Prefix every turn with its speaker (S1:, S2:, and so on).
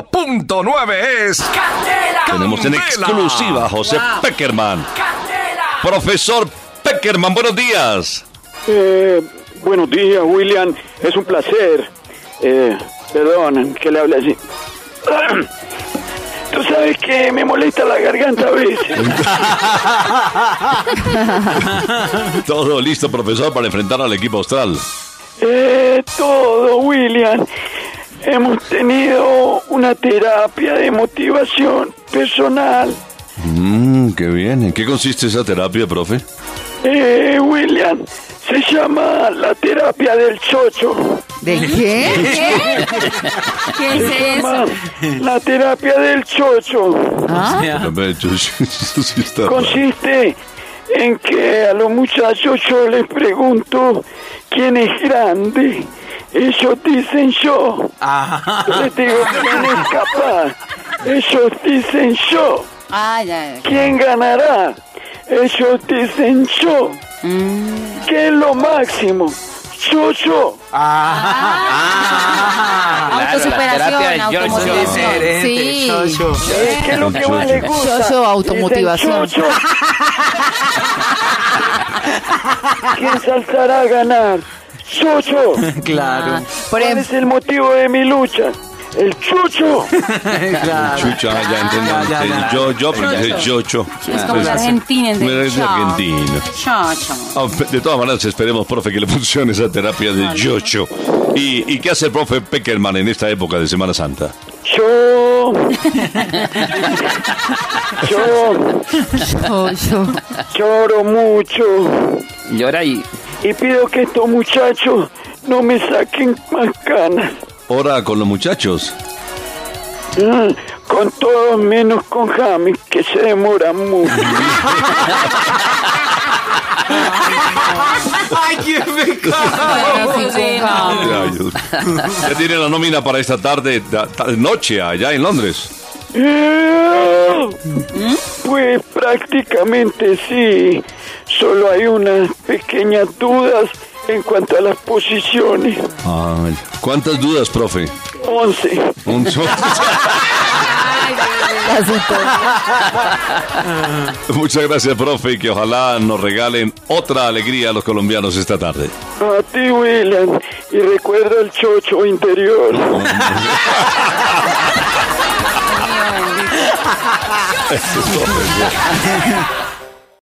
S1: 101.9 es.
S2: ¡Candela!
S3: Tenemos en exclusiva a José
S2: Wow.
S3: Peckerman.
S2: ¡Candela!
S3: Profesor Peckerman, buenos días.
S4: Eh, buenos días, William. Es un placer. Eh, perdón, que le hable así. Tú sabes que me molesta la garganta a veces.
S3: Todo listo, profesor, para enfrentar al equipo austral.
S4: Eh, todo, William. Hemos tenido una terapia de motivación personal.
S3: Mmm, qué bien. ¿En qué consiste esa terapia, profe?
S4: Eh, William, se llama la terapia del chocho.
S5: ¿De qué?
S6: ¿Qué? ¿Qué es eso?
S4: Ma, La terapia del chocho.
S5: ¿Ah?
S3: Sí está raro.
S4: Consiste en que a los muchachos yo les pregunto quién es grande. Ellos dicen yo. Yo les digo quién es capaz. Ellos dicen yo.
S6: Ah, ya, ya.
S4: ¿Quién ganará? Ellos dicen yo. ¿Qué es lo máximo? Yo, yo.
S6: Autosuperación, automotivación. Sí.
S4: Eh, ¿Qué es lo que más les gusta?
S5: Yo, yo, automotivación.
S4: Dicen yo, yo. ¿Quién saltará a ganar? Yo, yo.
S2: Claro,
S5: Por
S4: ¿Cuál
S5: ejemplo,
S4: es el motivo de mi lucha? El chucho.
S2: claro.
S3: Chucha, ya entendí.
S2: Ya, ya, ya.
S3: Yo, yo, pero ya dije yo, yo.
S6: Es como el argentino.
S3: Es
S6: entonces,
S3: de
S6: chao.
S3: argentino.
S6: Chao, chao.
S3: Ah, De todas maneras, esperemos, profe, que le funcione esa terapia de yocho. ¿Y, y qué hace el profe Peckerman en esta época de Semana Santa?
S4: Yo. Yo
S5: yo, yo.
S4: lloro mucho
S2: Llora y...
S4: y pido que estos muchachos no me saquen más canas.
S3: Ora con los muchachos.
S4: Mm, Con todos menos con James, que se demora mucho.
S2: ¡Ay, qué pecado!
S6: Bueno, sí, sí, no.
S3: Ay, Dios. Ya tiene la nómina para esta tarde, ta- ta- noche, allá en Londres.
S4: Eh, Pues prácticamente sí. Solo hay unas pequeñas dudas en cuanto a las posiciones.
S3: Ay, ¿Cuántas dudas, profe?
S4: 11.
S3: Un solo. Muchas gracias, profe, y que ojalá nos regalen otra alegría a los colombianos esta tarde.
S4: A ti, William. Y recuerda el chocho interior.